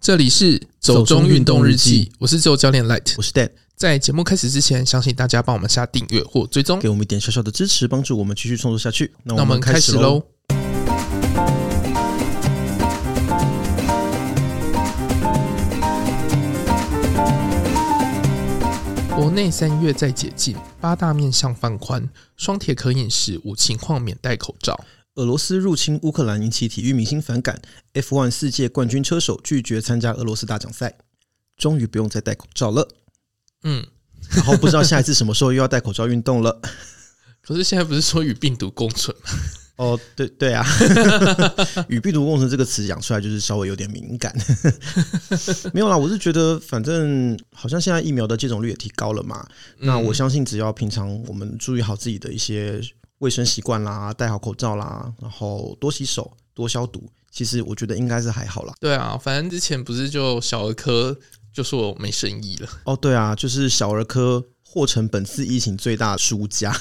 这里是走中运动日记，我是自由教练 Light。我是 Dan，在节目开始之前，相信大家帮我们下订阅或追踪。给我们一点小小的支持，帮助我们继续创作下去。那那我们开始咯喽。。国内三月在解禁，八大面向放宽，双铁可饮食，无情况免戴口罩。俄罗斯入侵乌克兰引起体育明星反感，F1 世界冠军车手拒绝参加俄罗斯大奖赛，终于不用再戴口罩了。嗯，然后不知道下一次什么时候又要戴口罩运 动了。可是现在不是说与病毒共存吗？哦，对对 啊，与病毒共存这个词讲出来就是稍微有点敏 感。没有啦，我是觉得反正好像现在疫苗的接种率也提高了嘛，那嗯我相信只要平常我们注意好自己的一些卫生习惯啦，戴好口罩啦，然后多洗手、多消毒，其实我觉得应该是还好啦。对啊，反正之前不是就小儿科就说我没生意了，哦，对啊，就是小儿科或成本次疫情最大输家。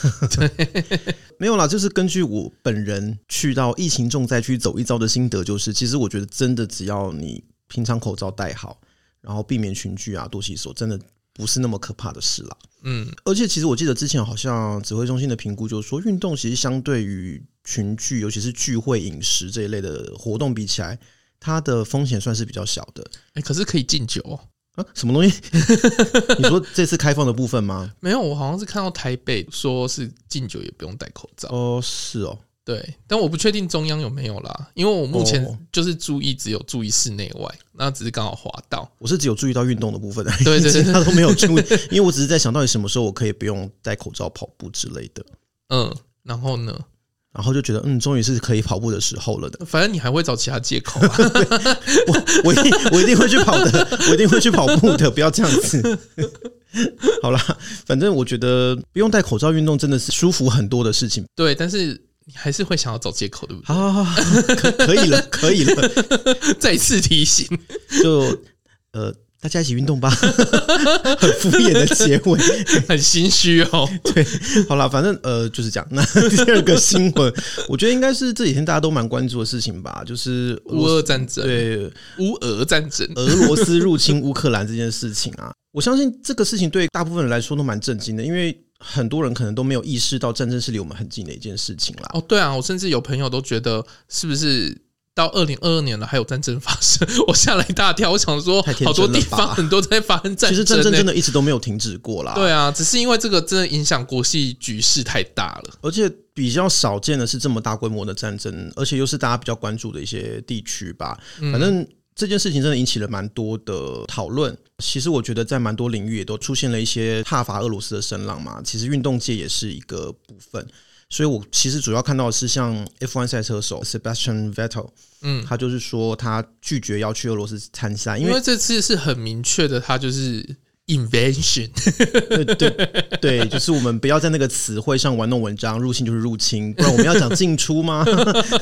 没有啦，就是根据我本人去到疫情重灾区走一遭的心得，就是其实我觉得真的只要你平常口罩戴好，然后避免群聚啊，多洗手，真的不是那么可怕的事啦。嗯，而且其实我记得之前好像指挥中心的评估就是说，运动其实相对于群聚，尤其是聚会、饮食这一类的活动比起来，它的风险算是比较小的。哎、可是可以禁酒哦。啊，什么东西？你说这次开放的部 分吗？没有，我好像是看到台北说是禁酒也不用戴口罩，哦，是哦，对，但我不确定中央有没有啦，因为我目哦前就是注意只有注意室内外，那只是刚好滑 到。我是只有注意到运动的部分，对对对其他都没有注意，因为我只是在想到底什么时候我可以不用戴口罩跑步之类的，嗯，然后呢，然后就觉得嗯，终于是可以跑步的时候了的。反正你还会找其他借口啊。 我一定我一定会去跑的，我一定会去跑步的，不要这样子。好啦，反正我觉得不用戴口罩运动真的是舒服很多的事情。对，但是你还是会想要找借口，对不对？ 好好好好，可可以了，可以了，再次提醒，就呃，大家一起运动吧，很敷衍的结尾。很心虚 哦。好啦，反正呃就是这样。那第二个新闻，我觉得应该是这几天大家都蛮关注的事情吧，就是俄乌罗斯俄战争，对乌俄战争，俄罗斯入侵乌克兰这件事情啊， 我相信这个事情对大部分人来说都蛮震惊的，因为很多人可能都没有意识到战争是离我们很近的一件事情啦。哦，对啊，我甚至有朋友都觉得，是不是到二零二二年了还有战争发生？ 我吓了一大跳，我想说，太天好多真了地吧方很多在发生战其实战争争真呢。的一直都没有停止过啦。对啊，只是因为这个真的影响国际局势太大了。而且比较少见的是这么大规模的战争，而且又是大家比较关注的一些地区吧。反正这件事情真的引起了蛮多的讨论。其实我觉得在蛮多领域也都出现了一些挞伐俄罗斯的声浪嘛。其实运动界也是一个部分。所以我其实主要看到的是像 F1 赛车手 Sebastian Vettel，嗯，他就是说他拒绝要去俄罗斯参赛，因因为为这次是很明确的，它就是 invention。对对 对，就是我们不要在那个词汇上玩弄文章，入侵就是入侵，不然我们要讲进出吗？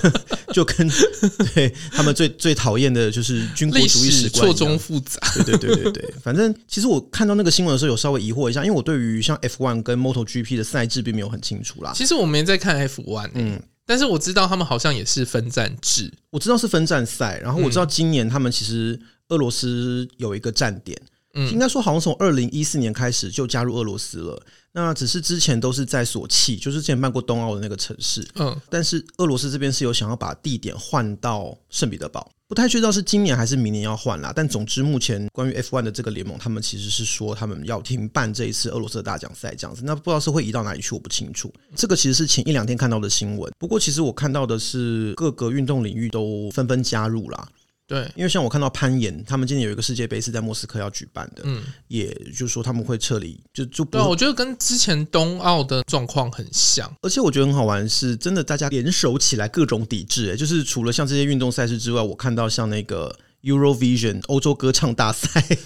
就跟 对他们最最讨厌的就是军国历主义史史观错一样综。复杂。对对对对对，反正其实我看到那个新闻的时候，有稍微疑惑一下，因为我对于像 F1 跟 MotoGP 的赛制并没有很清楚啦。其实我没在看 F one，、啊欸嗯，但是我知道他们好像也是分站制。我知道是分站赛，然后我知道今年他们其实俄罗斯有一个站点，嗯应该说好像从二零一四年开始就加入俄罗斯了。那只是之前都是在索契，就是之前办过冬奥的那个城市。嗯，但是俄罗斯这边是有想要把地点换到圣彼得堡，不太确定是今年还是明年要换啦。但总之，目前关于 F1 的这个联盟，他们其实是说他们要停办这一次俄罗斯的大奖赛这样子。那不知道是会移到哪里去，我不清楚。这个其实是前一两天看到的新闻。不过，其实我看到的是各个运动领域都纷纷加入啦。对，因为像我看到攀岩，他们今年有一个世界杯是在莫斯科要举办的，嗯，也就是说他们会撤离，就就不对啊，我觉得跟之前冬奥的状况很像。而且我觉得很好玩，是真的大家联手起来各种抵制、欸。就是除了像这些运动赛事之外，我看到像那个 Eurovision 欧洲歌唱大赛，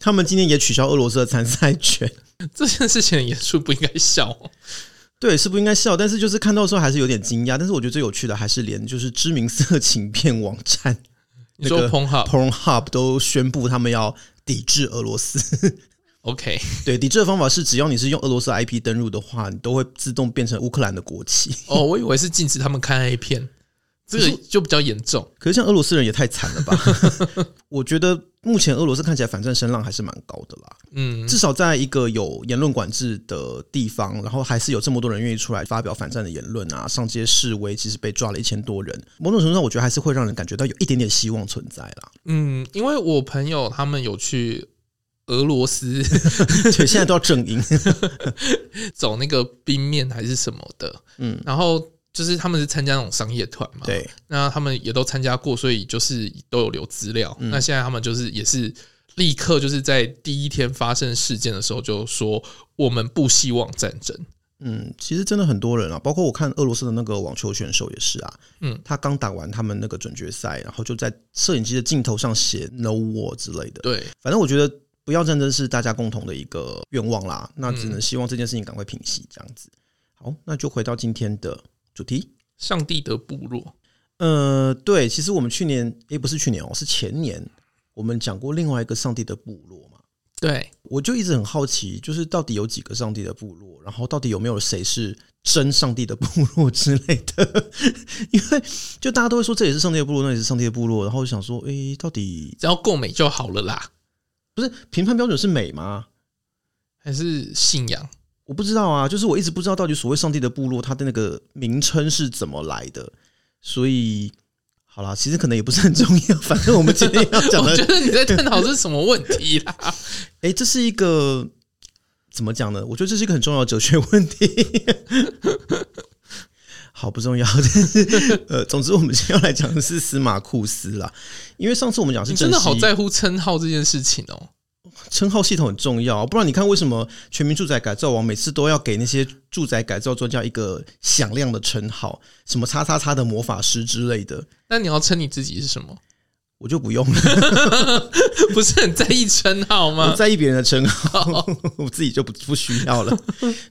他们今天也取消俄罗斯的参赛权。这件事情的严肃不应该笑、哦。对，是不应该笑，但是就是看到的时候还是有点惊讶。但是我觉得最有趣的还是连就是知名色情片网站你说那个 p o n h u b Pornhub 都宣布他们要抵制俄罗斯。 o k 对，抵制的方法是只要你是用俄罗斯 IP 登录的话，你都会自动变成乌克兰的国旗。哦，我以为是禁止他们看 A 片，这个就比较严重。可是像俄罗斯人也太惨了吧？ 我觉得目前俄罗斯看起来反战声浪还是蛮高的啦，嗯，至少在一个有言论管制的地方，然后还是有这么多人愿意出来发表反战的言论啊，上街示威，其实被抓了一千多人，某种程度上我觉得还是会让人感觉到有一点点希望存在 啦。嗯，因为我朋友他们有去俄罗斯 对，现在都要正音，走那个冰面还是什么的，嗯，然后就是他们是参加那种商业团嘛，，对，那他们也都参加过，所以就是都有留资料。嗯那现在他们就是也是立刻就是在第一天发生事件的时候就说我们不希望战争，嗯，其实真的很多人啊，包括我看俄罗斯的那个网球选手也是啊，嗯嗯，他刚打完他们那个准决赛，然后就在摄影机的镜头上写 “No War” 之类的，对，反正我觉得不要战争是大家共同的一个愿望啦，那只能希望这件事情赶快平息这样子。好，那就回到今天的主题。上帝的部落，呃，对，其实我们去年诶、不是去年哦，是前年，我们讲过另外一个上帝的部落嘛。对，我就一直很好奇，就是到底有几个上帝的部落，然后到底有没有谁是真上帝的部落之类的？ 因为就大家都会说这也是上帝的部落，那也是上帝的部落，然后我就想说，诶、到底只要够美就好了啦，不是评判标准是美吗？还是信仰。我不知道啊，就是我一直不知道到底所谓上帝的部落，它的那个名称是怎么来的，所以好啦，其实可能也不是很重要，反正我们今天要讲 的我觉， 得你在探讨是什么问题啦？哎、这是一个怎么讲呢？我觉得这是一个很重要的哲学问题。 好，不重要，但是呃，总之我们今天要来讲的是司马库斯啦，因为上次我们讲的你 是真的好正西在乎称号这件事情哦。称号系统很重要，不然你看为什么全民住宅改造网每次都要给那些住宅改造专家一个响亮的称号，什么叉叉叉的魔法师之类的，那你要称你自己是什么？ 我就不用了， 不是很在意称号我吗？在意别人的 称号， 我自己就不不需要了。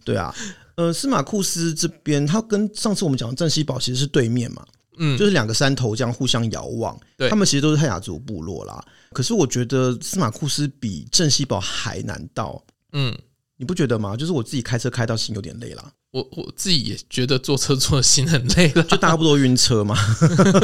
对啊，呃，司马库斯这边，他跟上次我们讲的镇西堡其实是对面嘛，嗯，就是两个山头这样互相遥望。对他们其实都是泰雅族部落啦。可是我觉得司马库斯比镇西堡还难到，嗯，你不觉得吗？就是我自己开车开到心有点累啦。我我自己也觉得坐车坐的心很累了。就大家不都晕车嘛。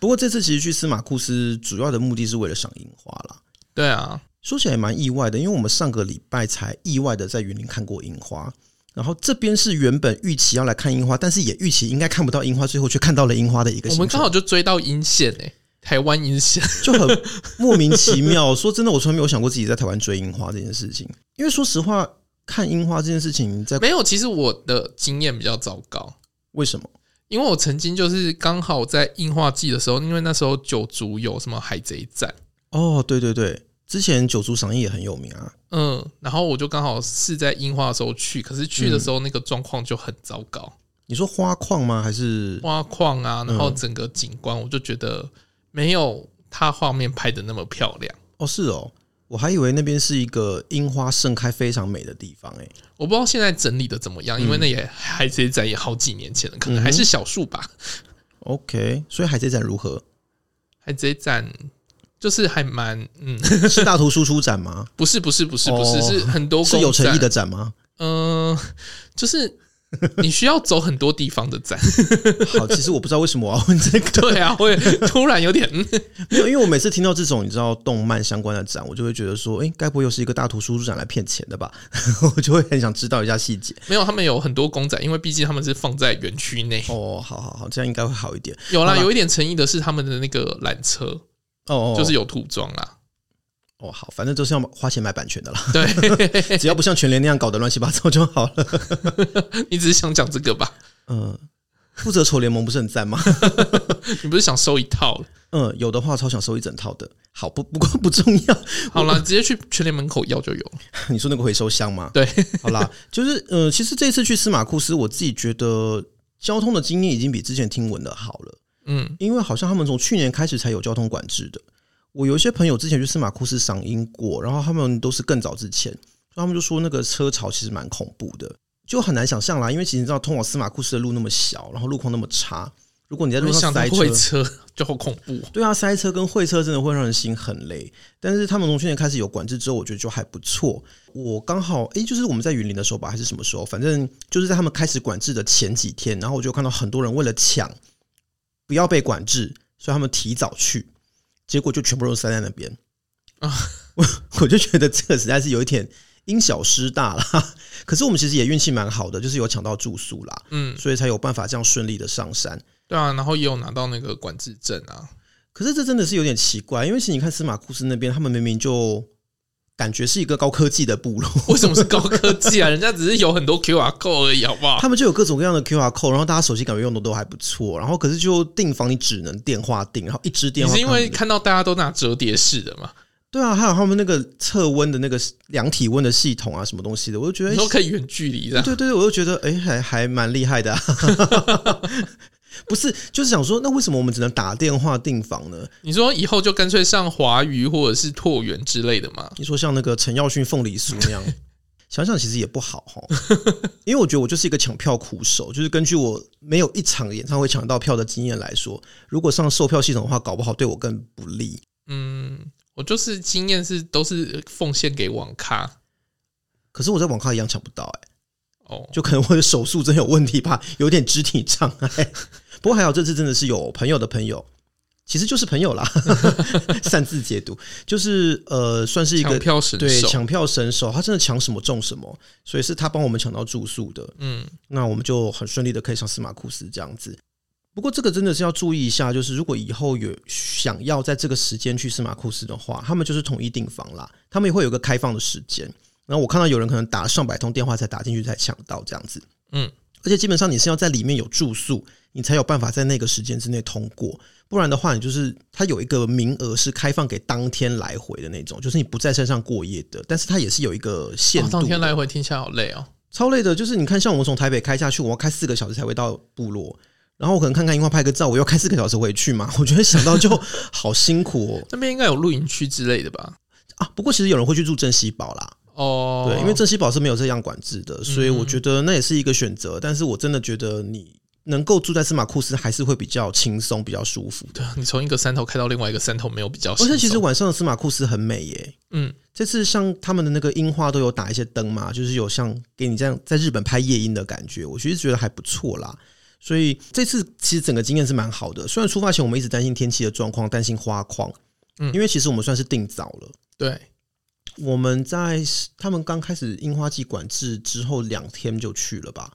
不过这次其实去司马库斯主要的目的是为了赏樱花啦。对啊，说起来也蛮意外的，因为我们上个礼拜才意外的在云林看过樱花，然后这边是原本预期要来看樱花，但是也预期应该看不到樱花，最后却看到了樱花的一个我行们程刚，好就追到阴线诶、台湾阴线。 就很莫名其妙。 说真的，我从来没有想过自己在台湾追樱花这件事情，因为说实话，看樱花这件事情在没有，其实我的经验比较糟糕，为什么？因为我曾经就是刚好在樱化季的时候，因为那时候九族有什么海贼战，哦，对对对，之前九族赏樱也很有名啊。嗯，然后我就刚好是在樱化的时候去，可是嗯去的时候那个状况就很糟糕，你说花况吗？还是花况嗯啊，然后整个景观，我就觉得没有它画面拍的那么漂亮。哦，是哦，我还以为那边是一个樱花盛开非常美的地方欸诶。我不知道现在整理的怎么嗯样，因为那也海贼展也好几年前了，可能还是小数吧。 OK，所以海贼展如何？海贼展就是还蛮嗯， 是大图输出展吗？不是不是不是哦不是，是很多是有公诚展意的，展吗？嗯、就是你需要走很多地方的展。好，其实我不知道为什么我要问这个， 对啊，会突然有点嗯没有，因为我每次听到这种你知道动漫相关的展，我就会觉得说，诶，该不会又是一个大图输出展来骗钱的吧？ 我就会很想知道一下细节。没有，他们有很多公仔，因为毕竟他们是放在园区内。哦，好好好，这样应该会好一点。有好啦，啦有一点诚意的是他们的那个缆车，哦，哦就是有涂装啦。哦，好，反正都是要花钱买版权的啦，对， 只要不像全联那样搞得乱七八糟就好了。你只是想讲这个吧？ 嗯，负责丑联盟不是很赞吗？你不是想收一套了？嗯，有的话超想收一整套的。好，不 不过不重要。好啦，直接去全联门口要就有了。你说那个回收箱吗？对， 好啦，就是呃，其实这次去司马库斯，我自己觉得交通的经验已经比之前听闻的好了，嗯，因为好像他们从去年开始才有交通管制的。我有一些朋友之前去司马库斯赏樱过，然后他们都是更早之前，他们就说那个车潮其实蛮恐怖的，就很难想象啦。因为其实你知道，通往司马库斯的路那么小，然后路况那么差，如果你在路我上想到塞会车，车 就好恐怖哦。对啊，塞车跟会车真的会让人心很累。但是他们从去年开始有管制之后，我觉得就还不错。我刚好诶，就是我们在云林的时候吧，还是什么时候？反正就是在他们开始管制的前几天，然后我就看到很多人为了抢不要被管制，所以他们提早去，结果就全部都塞在那边啊啊！我 我就觉得这个实在是有一点因小失大啦。 可是我们其实也运气蛮好的，就是有抢到住宿啦，嗯，所以才有办法这样顺利的上山。对啊，然后也有拿到那个管制证啊， 可是这真的是有点奇怪，因为其实你看司马库斯那边，他们明明就感觉是一个高科技 的部落，为什么是高科技 啊？人家只是有很多 QR code 而已，好不好？他们就有各种各样的 QR code，然后大家手机感觉用的都还不错，然后可是就订房你只能电话订，然后一支你电话是看因不了。为看到大家都拿折叠式的嘛？对啊，还有他们那个测温的那个量体温的系统啊，什么东西的，我就觉得你说可以远距离这样，对对对，我就觉得哎、还还蛮厉害的、啊。 不是，就是想说，那为什么我们只能打电话订房呢？你说以后就干脆上华娱或者是拓元之类的嘛？你说像那个陈耀迅凤梨酥那样，想想其实也不好哈，因为我觉得我就是一个抢票苦手，就是根据我没有一场演唱会抢到票的经验来说，如果上售票系统的话，搞不好对我更不利。嗯，我就是经验是都是奉献给网咖可是我在网咖一样抢不到、哎。哦，就可能我的手速真有问题吧，有点肢体障碍。不过还好，这次真的是有朋友的朋友，其实就是朋友啦， 擅自解读，就是呃，算是一抢个票神对手，抢票神手，他真的抢什么中什么，所以是他帮我们抢到住宿的，嗯，那我们就很顺利的可以上司马库斯这样子。不过这个真的是要注意一下，就是如果以后有想要在这个时间去司马库斯的话，他们就是统一订房啦，他们也会有一个开放的时间。然后我看到有人可能打上百通电话才打进去才抢到这样子，嗯，而且基本上你是要在里面有住宿，你才有办法在那个时间之内通过，不然的话，你就是它有一个名额是开放给当天来回的那种，就是你不在山上过夜的，但是它也是有一个限哦度的。当天来回听起来好累哦。超累的，就是你看，像我们从台北开下去，我要开四个小时才会到部落，然后我可能看看樱花拍个照，我又开四个小时回去嘛，我觉得想到就好辛苦哦那边应该有露营区之类的吧？啊！不过其实有人会去住镇西堡啦，哦，嗯对，因为镇西堡是没有这样管制的，所以我觉得那也是一个选择。但是我真的觉得你能够住在司马库斯，还是会比较轻松、比较舒服的。对啊你从一个山头开到另外一个山头没有比较而轻松，且其实晚上的司马库斯很美耶、嗯，这次像他们的那个樱花都有打一些灯嘛，就是有像给你这样在日本拍夜樱的感觉，我其实觉得还不错啦。所以这次其实整个经验是蛮好的。虽然出发前我们一直担心天气的状况，担心花况，嗯因为其实我们算是定早了。对，我们在他们刚开始樱花季管制之后两天就去了吧，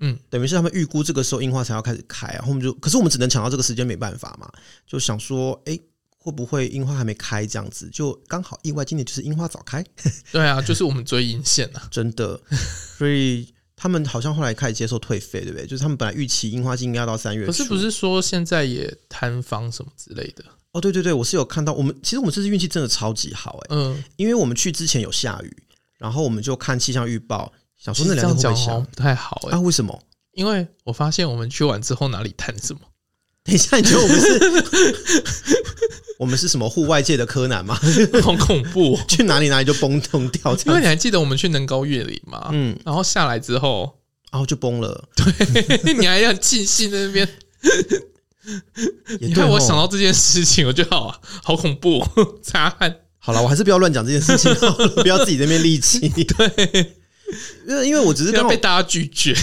嗯，等于是他们预估这个时候樱花才要开始开、啊，然后我们就，可是我们只能抢到这个时间，没办法嘛，就想说，哎、会不会樱花还没开这样子？就刚好意外，今年就是樱花早开，对啊，就是我们追银线啊，真 的，所以他们好像后来开始接受退费，对不对？就是他们本来预期樱花季应该要到三月可初，是不是说现在也摊方什么之类的？哦，对对对，我是有看到，我们其实我们这次运气真的超级好哎、嗯，因为我们去之前有下雨，然后我们就看气象预报，想其说实那这两样天会讲好不会下像雨不太好哎、啊？为什么？ 因为我发现我们去完之后哪里摊什么， 等一下，你觉得我们是，我们是什么户外界的柯南吗？ 好恐怖、哦！去哪里哪里就崩崩掉这因为你样子，还记得我们去能高月岭嘛？嗯，然后下来之后， 然后就崩了。你还很庆幸在那 边。也你对哦看我吼想到这件事情，我就好啊好恐怖哦， 擦汗。好了，我还是不要乱讲这件事情 好了，不要自己在那边 立气。对，因为因为我只是不要刚好被大家拒绝。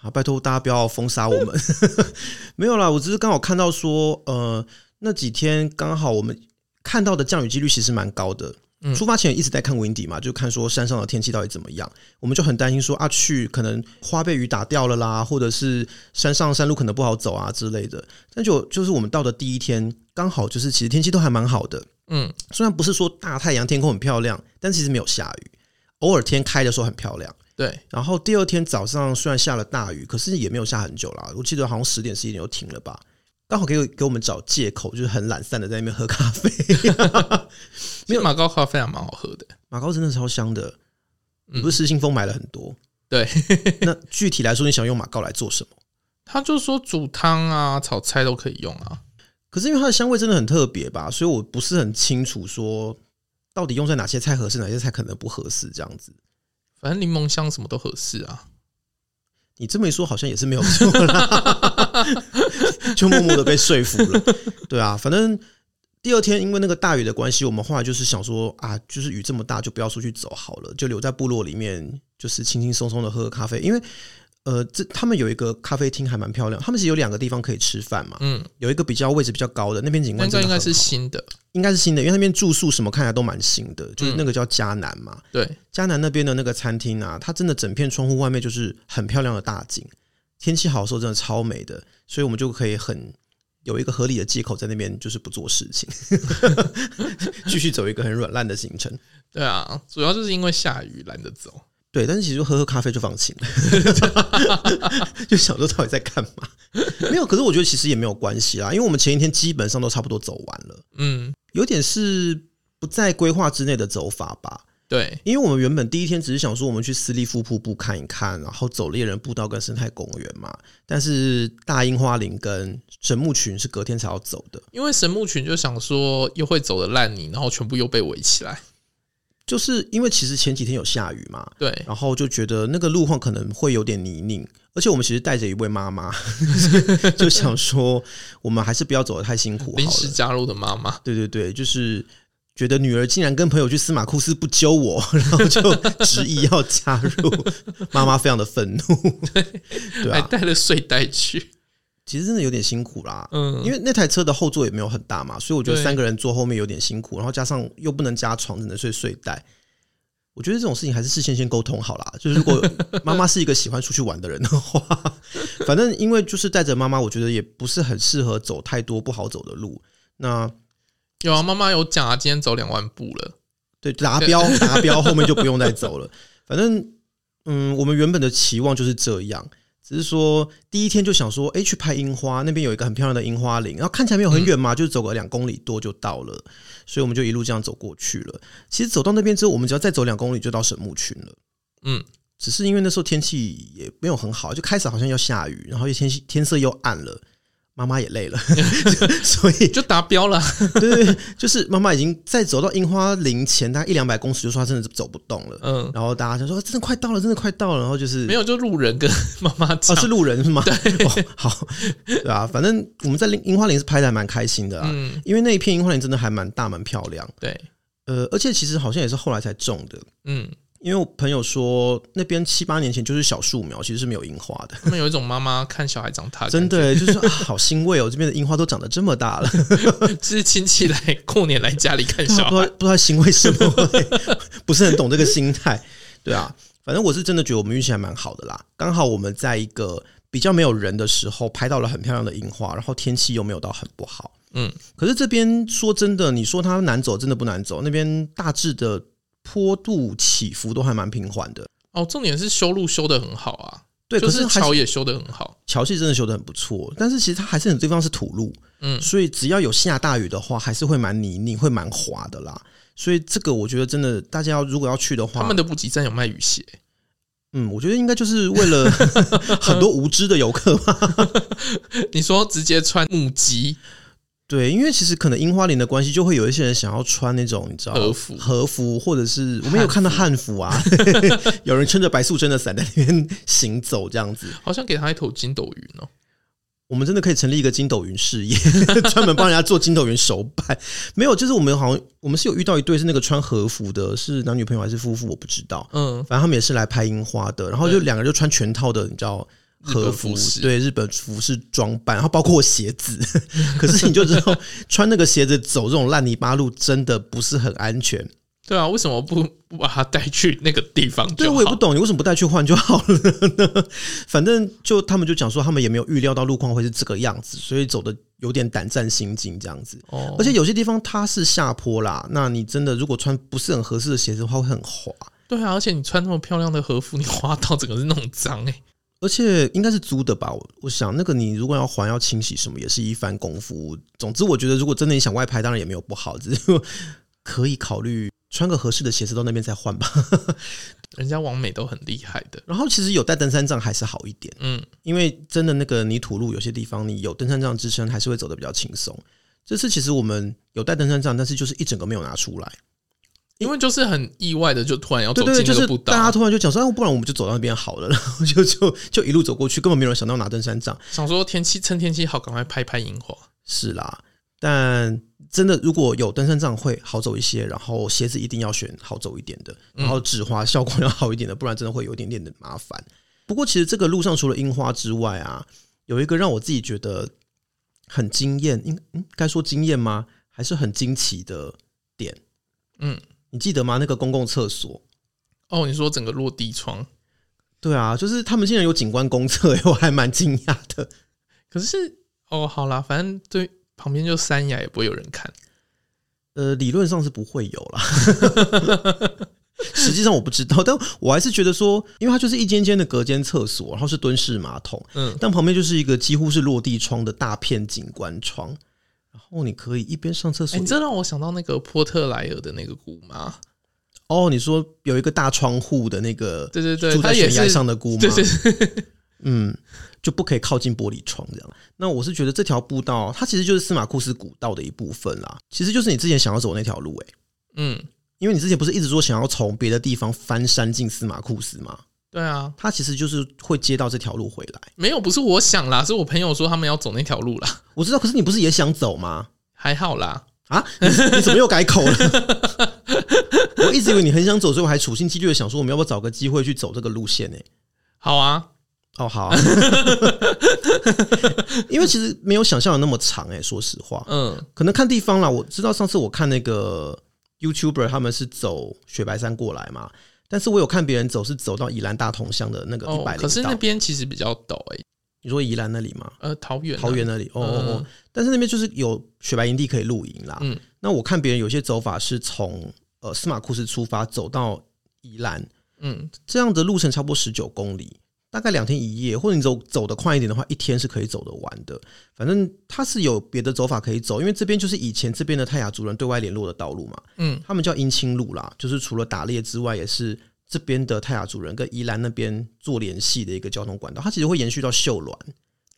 啊，拜托大家不要封杀我们。 没有啦，我只是刚好看到说，呃，那几天刚好我们看到的降雨几率其实蛮高的。嗯出发前一直在看 windy 嘛，就看说山上的天气到底怎么样，我们就很担心说啊，去可能花被雨打掉了啦，或者是山上山路可能不好走啊之类的。但就就是我们到的第一天，刚好就是其实天气都还蛮好的，嗯，虽然不是说大太阳天空很漂亮，但其实没有下雨，偶尔天开的时候很漂亮。对，然后第二天早上虽然下了大雨，可是也没有下很久啦。我记得好像十点十一点就停了吧。刚好给我给我们找借口，就是很懒散的在那边喝咖啡。 没有马高咖啡还蛮好喝的。马高真的超香的，嗯你不是失心疯买了很多？对。 那具体来说，你想用马高来做什么？他就说煮汤啊、炒菜都可以用啊。可是因为它的香味真的很特别吧，所以我不是很清楚说到底用在哪些菜合适，哪些菜可能不合适这样子。反正柠檬香什么都合适啊。你这么一说，好像也是没有错啦， 就默默的被说服了。对啊，反正第二天因为那个大雨的关系，我们后来就是想说啊，就是雨这么大，就不要出去走好了，就留在部落里面，就是轻轻松松的喝个咖啡。因为呃，这他们有一个咖啡厅还蛮漂亮，他们是有两个地方可以吃饭嘛，嗯，有一个比较位置比较高的，那边景那观这真的应该很是好新的，应该是新的，因为那边住宿什么看起来都蛮新的，嗯就是那个叫迦南嘛，对，迦南那边的那个餐厅啊，它真的整片窗户外面就是很漂亮的大景，天气好的时候真的超美的，所以我们就可以很有一个合理的借口在那边就是不做事情， 继续走一个很软烂的行程。对啊，主要就是因为下雨懒得走。对，但是其实就喝喝咖啡就放弃了， 就想说到底在干嘛？没有，可是我觉得其实也没有关系啦，因为我们前一天基本上都差不多走完了，嗯，有点是不在规划之内的走法吧。对，因为我们原本第一天只是想说我们去斯利夫瀑布看一看，然后走猎人步道跟生态公园嘛。但是大樱花林跟神木群是隔天才要走的，因为神木群就想说又会走的烂泥，然后全部又被围起来。就是因为其实前几天有下雨嘛，对，然后就觉得那个路况可能会有点泥泞，而且我们其实带着一位妈 妈，就想说我们还是不要走得太辛苦好临时了。加入的妈妈，对对对，就是。觉得女儿竟然跟朋友去司马库斯不揪我，然后就执意要加入， 妈妈非常的愤怒。对还啊，带了睡袋去。其实真的有点辛苦啦。嗯，因为那台车的后座也没有很大嘛，所以我觉得对三个人坐后面有点辛苦，然后加上又不能加床，只能睡睡袋。我觉得这种事情还是事先先沟通好啦。就是如 果妈妈是一个喜欢出去玩的人的话，反正因为就是带着妈妈，我觉得也不是很适合走太多不好走的路。那有啊，妈妈有讲啊，今天走两万步了。对达标达标，后面就不用再走了。反正嗯，我们原本的期望就是这样，只是说第一天就想说，哎、去拍樱花，那边有一个很漂亮的樱花林，然后看起来没有很远嘛，就走个两公里多就到了，所以我们就一路这样走过去了。其实走到那边之后，我们只要再走两公里就到神木群了。嗯，只是因为那时候天气也没有很好，就开始好像要下雨，然后又天气天色又暗了。妈妈也累了， 所以就达标了。对对，对就是妈妈已经在走到樱花林前大概一两百公尺，就说她真的走不动了。嗯，然后大家就说、啊真的快到了，真的快到了。然后就是没有，就路人跟妈妈哦，讲。是路人是吗？对、 哦，好，对啊，反正我们在樱樱花林是拍的还蛮开心的啊，嗯，因为那一片樱花林真的还蛮大蛮漂亮。对，呃，而且其实好像也是后来才种的，嗯，因为我朋友说那边七八年前就是小树苗，其实是没有樱花的。他们有一种妈妈看小孩长大，真的耶，就是、啊、好欣慰哦，这边的樱花都长得这么大了。就是亲戚来过年来家里看 对小 啊不孩知道。不知道行为什么、欸，不是很懂这个心态。对啊，反正我是真的觉得我们运气还蛮好的啦。刚好我们在一个比较没有人的时候拍到了很漂亮的樱花，然后天气又没有到很不好。嗯，可是这边说真的，你说它难走，真的不难走。那边大致的坡度起伏都还蛮平缓的。哦，重点是修路修的很好啊，对，就可是还桥也修的很好。桥系真的修的很不错，但是其实它还是很多地方是土路，嗯所以只要有下大雨的话，还是会蛮泥泞，会蛮滑的啦。所以这个我觉得真的，大家要如果要去的话，他们的补给站有卖雨鞋，嗯，我觉得应该就是为了 很多无知的游客吧。 你说直接穿木屐， 对，因为其实可能樱花林的关系，就会有一些人想要穿那种你知道和服和服或者是我们有看到汉服 啊， 有人撑着白素贞的伞在那边行走这样子。好像给他一头筋斗云哦。我们真的可以成立一个筋斗云事业， 专门帮人家做筋斗云手办。没有，就是我们好像我们是有遇到一对是那个穿和服的，是男女朋友还是夫妇，我不知道。嗯，反正他们也是来拍樱花的，然后就两个人就穿全套的，你知道日本和服服饰对日本服饰装扮，然后包括鞋子。 可是你就知道，穿那个鞋子走这种烂泥巴路真的不是很安全。对啊，为什么不不把他带去那个地方就对好？我也不懂，你为什么不带去换就好了呢？ 反正就他们就讲说，他们也没有预料到路况会是这个样子，所以走的有点胆战心惊这样子。哦，而且有些地方它是下坡啦，那你真的如果穿不是很合适的鞋子的话，会很滑。对啊，而且你穿那么漂亮的和服，你滑到整个是弄脏哎、而且应该是租的吧，我我想那个你如果要还要清洗什么，也是一番功夫。总之，我觉得如果真的你想外拍，当然也没有不好，只是说可以考虑穿个合适的鞋子到那边再换吧。人家王美都很厉害的。然后其实有带登山杖还是好一点，嗯，因为真的那个泥土路有些地方你有登山杖支撑，还是会走得比较轻松。这次其实我们有带登山杖，但是就是一整个没有拿出来。因为就是很意外的，就突然要走对对，进就那是个步大家道，突然就讲说，哎，不然我们就走到那边好了，然后就就就一路走过去，根本没有人想到拿登山杖。想说天气趁天气好，赶快拍拍樱花。是啦，但真的如果有登山杖会好走一些，然后鞋子一定要选好走一点的，然后止滑效果要好一点的，不然真的会有一点点的麻烦。不过其实这个路上除了樱花之外啊，有一个让我自己觉得很惊艳，应嗯该说惊艳吗？还是很惊奇的点？嗯，你记得吗？那个公共厕所。哦，你说整个落地窗，对啊，就是他们竟然有景观公厕、欸， 我还蛮惊讶的。可是哦，好啦，反正对旁边就山崖也不会有人看。呃，理论上是不会有啦， 实际上我不知道，但我还是觉得说，因为它就是一间间的隔间厕所，然后是蹲式马桶，嗯，但旁边就是一个几乎是落地窗的大片景观窗，然后你可以一边上厕哎、所，你这让我想到那个波特莱尔的那个姑妈，哦，你说有一个大窗户的那个对对对，住她在也悬崖是， 上的姑妈对，对对，嗯，就不可以靠近玻璃窗这样。那我是觉得这条步道，它其实就是司马库斯古道的一部分啦，其实就是你之前想要走那条路、欸，嗯，因为你之前不是一直说想要从别的地方翻山进司马库斯吗？对啊，它其实就是会接到这条路回来。没有，不是我想啦，是我朋友说他们要走那条路啦，我知道，可是你不是也想走吗？还好啦，啊，你 你怎么又改口了？ 我一直以为你很想走，所以我还处心积虑的想说，我们要不要找个机会去走这个路线呢、好啊，哦，好、 啊，因为其实没有想象的那么长哎、说实话，嗯可能看地方啦。我知道上次我看那个 YouTuber 他们是走雪白山过来嘛，但是我有看别人走是走到宜兰大同乡的那个一哦百，可零是道那。边其实比较陡哎、你说宜兰那里吗？呃，桃园、桃，园那里，哦哦哦，嗯但是那边就是有雪白营地可以露营啦。嗯那我看别人有些走法是从呃司马库斯出发走到宜兰，嗯，这样的路程差不多十九公里，大概两天一夜，或者你走走得快一点的话，一天是可以走得完的。反正它是有别的走法可以走，因为这边就是以前这边的泰雅族人对外联络的道路嘛，嗯，他们叫姻亲路啦，就是除了打猎之外，也是。这边的泰雅族人跟宜兰那边做联系的一个交通管道，它其实会延续到秀峦，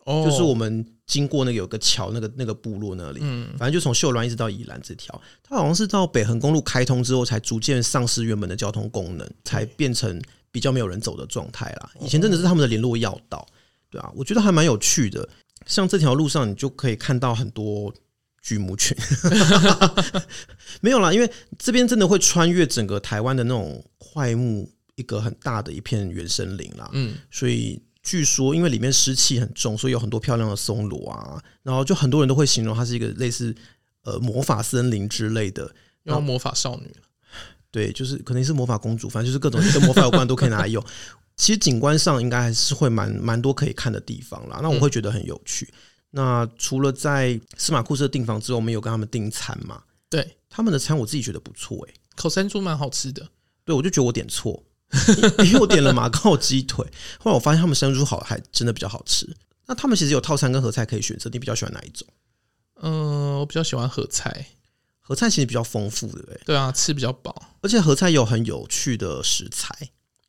哦，就是我们经过那个有个桥，那个那个部落那里，嗯，反正就从秀峦一直到宜兰这条，它好像是到北横公路开通之后，才逐渐丧失原本的交通功能，才变成比较没有人走的状态啦。哦以前真的是他们的联络要道，对啊，我觉得还蛮有趣的。像这条路上，你就可以看到很多巨母群， 没有啦，因为这边真的会穿越整个台湾的那种块木一个很大的一片原生林啦，嗯，所以据说因为里面湿气很重，所以有很多漂亮的松萝啊，然后就很多人都会形容它是一个类似呃魔法森林之类的。又要魔法少女了，对，就是可能是魔法公主，反正就是各种跟魔法有关的都可以拿来用。其实景观上应该还是会蛮蛮多可以看的地方啦，那我会觉得很有趣。那除了在司马库斯的订房之后，我们有跟他们订餐嘛？对，他们的餐我自己觉得不错欸诶、烤山猪蛮好吃的，对，我就觉得我点错，因为我点了马告鸡腿，后来我发现他们山猪好还真的比较好吃。那他们其实有套餐跟合菜可以选择，你比较喜欢哪一种？嗯，我比较喜欢合菜，合菜其实比较丰富，对不对？对啊，吃比较饱，而且合菜有很有趣的食材，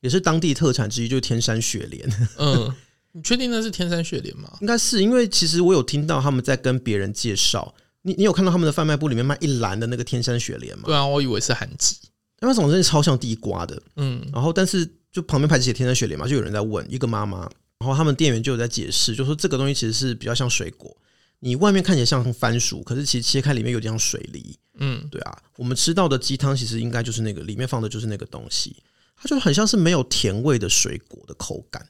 也是当地特产之一，就是天山雪莲。 嗯，你确定那是天山雪莲吗？应该是因为其实我有听到他们在跟别人介绍，你你有看到他们的贩卖部里面卖一篮的那个天山雪莲吗？对啊，我以为是韩籍，那种真的超像地瓜的，嗯然后但是就旁边牌子写天山雪莲嘛，就有人在问一个妈妈，然后他们店员就有在解释，就说这个东西其实是比较像水果，你外面看起来像番薯，可是其实切开里面有点像水梨，嗯，对啊，我们吃到的鸡汤其实应该就是那个里面放的就是那个东西，它就很像是没有甜味的水果的口感，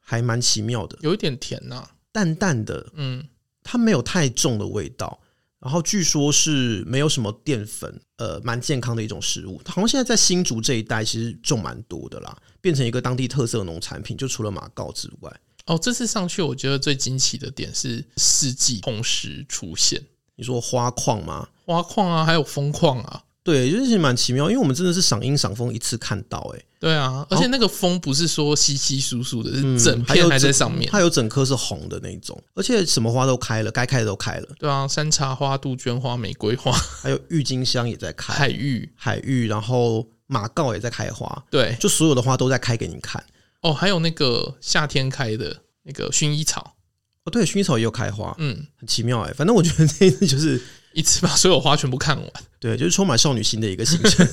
还蛮奇妙的，有一点甜呐、淡淡的，嗯，它没有太重的味道。然后据说是没有什么淀粉，呃，蛮健康的一种食物。好像现在在新竹这一带其实种蛮多的啦，变成一个当地特色农产品。就除了马告之外，哦，这次上去我觉得最惊奇的点是四季同时出现，你说花矿吗？花矿啊，还有风矿啊，对，就是蛮奇妙，因为我们真的是赏樱赏风一次看到、欸，对啊，而且那个风不是说稀稀疏疏的，嗯是整还有片还在整上面，它有整颗是红的那一种，而且什么花都开了，该开的都开了，对啊，山茶花、杜鹃花、玫瑰花、 还有郁金香也在开，海芋，海芋，然后马告也在开花，对，就所有的花都在开给你看。哦，还有那个夏天开的那个薰衣草，哦，对，薰衣草也有开花，嗯，很奇妙哎、反正我觉得这一次就是 一次把所有花全部看完。对，就是充满少女心的一个行程，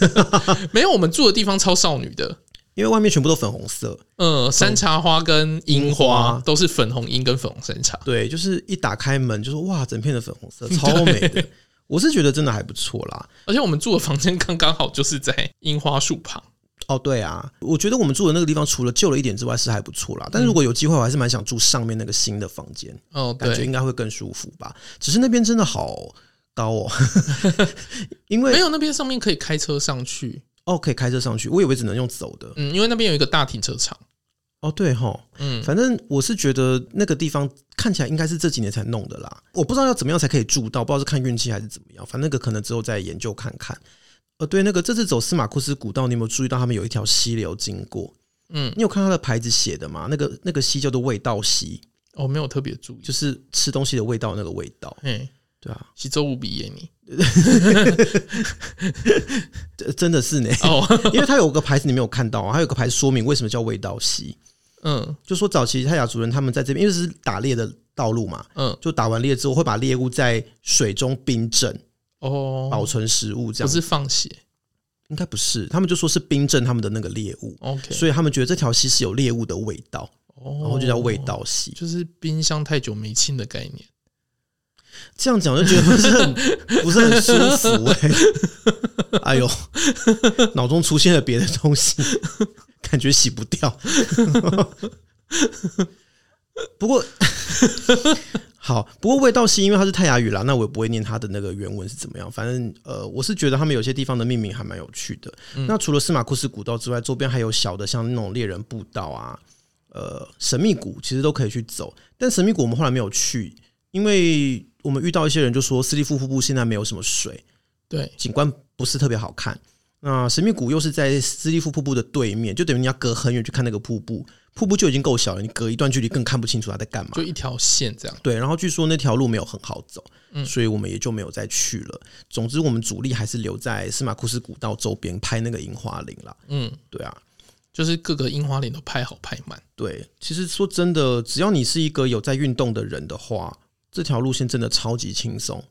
没有，我们住的地方超少女的，因为外面全部都粉红色。嗯，山茶花跟樱樱花花都是粉红樱跟粉红山茶，对，就是一打开门就是哇，整片的粉红色，超美的。我是觉得真的还不错啦。而且我们住的房间刚刚好就是在樱花树旁，哦，对啊，我觉得我们住的那个地方除了旧了一点之外是还不错啦，但是如果有机会，我还是蛮想住上面那个新的房间，哦，感觉对应，该会更舒服吧。只是那边真的好高哦， 因没为有那边上面可以开车上去，哦可以开车上去，我以为只能用走的。嗯，因为那边有一个大停车场，哦，对吼，嗯，反正我是觉得那个地方看起来应该是这几年才弄的啦，我不知道要怎么样才可以住到，不知道是看运气还是怎么样，反正那个可能之后再研究看看。呃，对，那个这次走司马库斯古道，你有没有注意到他们有一条溪流经过？嗯，你有看它的牌子写的吗？那个那个溪叫做味道溪，哦，没有特别注意，就是吃东西的味道那个味道，哎，对啊，西周无比耶 你，这真的是呢， 哦，因为它有个牌子你没有看到、啊，它有个牌子说明为什么叫味道溪， 嗯就说早期泰雅族人他们在这边，因为这是打猎的道路嘛，嗯，就打完猎之后会把猎物在水中冰镇，保哦，存食物这不样。是放血应该不是，他们就说是冰镇他们的那个猎物， ，OK，所以他们觉得这条溪是有猎物的味道，然哦后就叫味，道溪。就是冰箱太久没清的概念，这样讲就觉得不是很不是很舒服哎、哎呦，脑中出现了别的东西，感觉洗不掉。不过好，不过味道溪因为它是泰雅语啦，那我也不会念它的那个原文是怎么样。反正呃，我是觉得他们有些地方的命名还蛮有趣的。那除了司马库斯古道之外，周边还有小的像那种猎人步道啊，呃，神秘谷其实都可以去走。但神秘谷我们后来没有去，因为我们遇到一些人就说斯利夫瀑布现在没有什么水，对，景观不是特别好看。那神秘谷又是在斯利夫瀑布的对面，就等于你要隔很远去看那个瀑布，瀑布就已经够小了，你隔一段距离更看不清楚它在干嘛就。一条线这样，对，然后据说那条路没有很好走，所以我们也就没有再去了。总之，我们主力还是留在司马库斯古道周边拍那个樱花林啦。嗯，对啊，就是各个樱花林都拍好拍满，对，其实说真的，只要你是一个有在运动的人的话，这条路线真的超级轻松。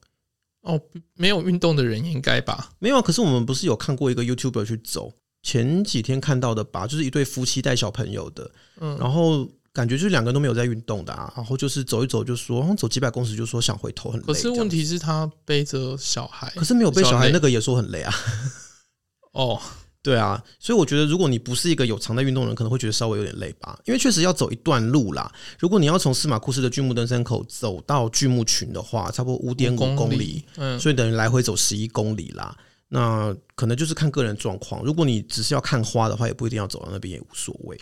哦，没有运动的人应该吧，没有啊，可是我们不是有看过一个 YouTuber 去走，前几天看到的吧，就是一对夫妻带小朋友的，嗯然后感觉就是两个人都没有在运动的啊，然后就是走一走就说，好像走几百公尺就说想回头很累。可是这样问，题是他背着小孩，可是没有被小小孩累那个也说很累啊。 哦，对啊，所以我觉得，如果你不是一个有常在运动的人，可能会觉得稍微有点累吧，因为确实要走一段路啦。如果你要从司马库斯的巨木登山口走到巨木群的话，差不多五点五公公里里，嗯，所以等于来回走十一公里啦。那可能就是看个人状况，如果你只是要看花的话，也不一定要走到那边，也无所谓。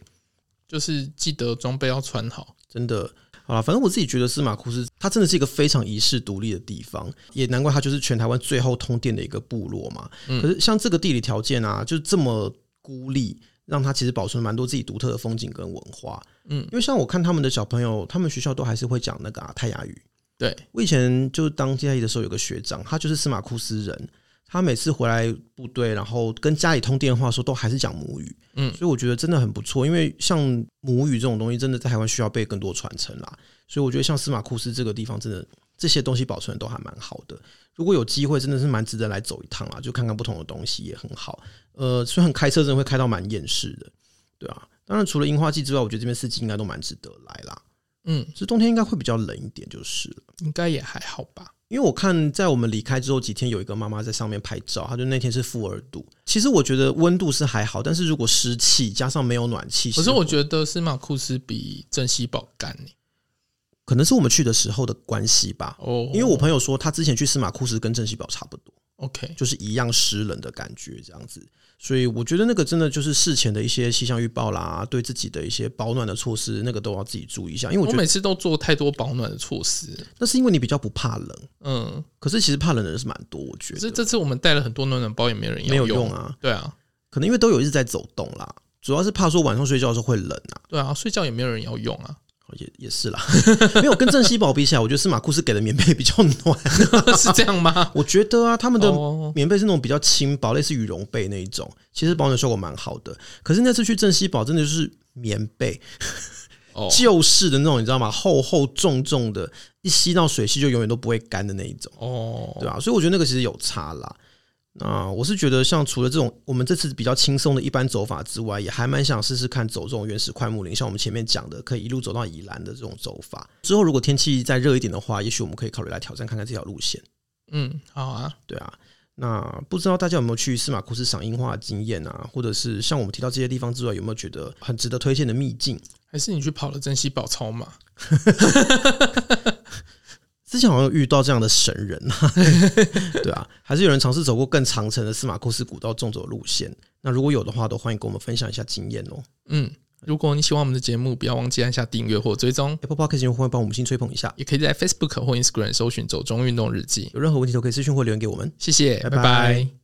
就是记得装备要穿好，真的。好了，反正我自己觉得司马库斯它真的是一个非常遗世独立的地方，也难怪它就是全台湾最后通电的一个部落嘛。嗯可是像这个地理条件啊，就这么孤立，让它其实保存蛮多自己独特的风景跟文化。嗯因为像我看他们的小朋友，他们学校都还是会讲那个、啊、泰雅语。对，我以前就是当家役的时候，有个学长，他就是司马库斯人，他每次回来部队，然后跟家里通电话的时候，都还是讲母语。嗯所以我觉得真的很不错，因为像母语这种东西，真的在台湾需要被更多传承啦。所以我觉得像司马库斯这个地方，真的这些东西保存得都还蛮好的。如果有机会，真的是蛮值得来走一趟啊，就看看不同的东西也很好。呃，虽然开车真的会开到蛮厌世的，对啊。当然，除了樱花季之外，我觉得这边四季应该都蛮值得来啦。嗯，是冬天应该会比较冷一点，就是了。应该也还好吧，因为我看在我们离开之后几天，有一个妈妈在上面拍照，她就那天是负二度。其实我觉得温度是还好，但是如果湿气加上没有暖气，可是我觉得司马库斯比镇西堡干欸呢、可能是我们去的时候的关系吧。哦，因为我朋友说他之前去司马库斯跟镇西堡差不多， OK，就是一样湿冷的感觉这样子。所以我觉得那个真的就是事前的一些气象预报啦，对自己的一些保暖的措施，那个都要自己注意一下。因为我我觉得每次都做太多保暖的措施，那是因为你比较不怕冷，嗯，可是其实怕冷的人是蛮多，我觉可得是这次我们带了很多暖暖包，也没人要没有用用，啊。对啊，可能因为都有一直在走动啦，主要是怕说晚上睡觉的时候会冷啊，对啊，睡觉也没有人要用啊， 也也是啦。 没有跟正西堡比起来，我觉得司马库斯给的棉被比较暖。是这样吗？我觉得啊，他们的哦，棉被是那种比较轻薄，类似羽绒被那一种，其实保暖效果蛮好的。可是那次去正西堡，真的就是棉被哦，旧式的那种，你知道吗？厚厚重重的，一吸到水汽就永远都不会干的那一种。哦，对啊，所以我觉得那个其实有差啦。那我是觉得，像除了这种我们这次比较轻松的一般走法之外，也还蛮想试试看走这种原始快木林，像我们前面讲的，可以一路走到宜兰的这种走法。之后如果天气再热一点的话，也许我们可以考虑来挑战看看这条路线。嗯，好啊，对啊，那不知道大家有没有去司马库斯赏樱花的经验啊，或者是像我们提到这些地方之外，有没有觉得很值得推荐的秘境？还是你去跑了珍稀宝超马？之前好像有遇到这样的神人啊， 对啊，还是有人尝试走过更长程的司马库斯古道纵走路线。那如果有的话，都欢迎跟我们分享一下经验哦。嗯，如果你喜欢我们的节目，不要忘记按下订阅或追踪， Apple Podcast 用户会帮我们五星吹捧一下，也可以在 Facebook 或 Instagram 搜寻“走中运动日记有任何问题都可以私讯或留言给我们。”。谢谢，拜拜拜拜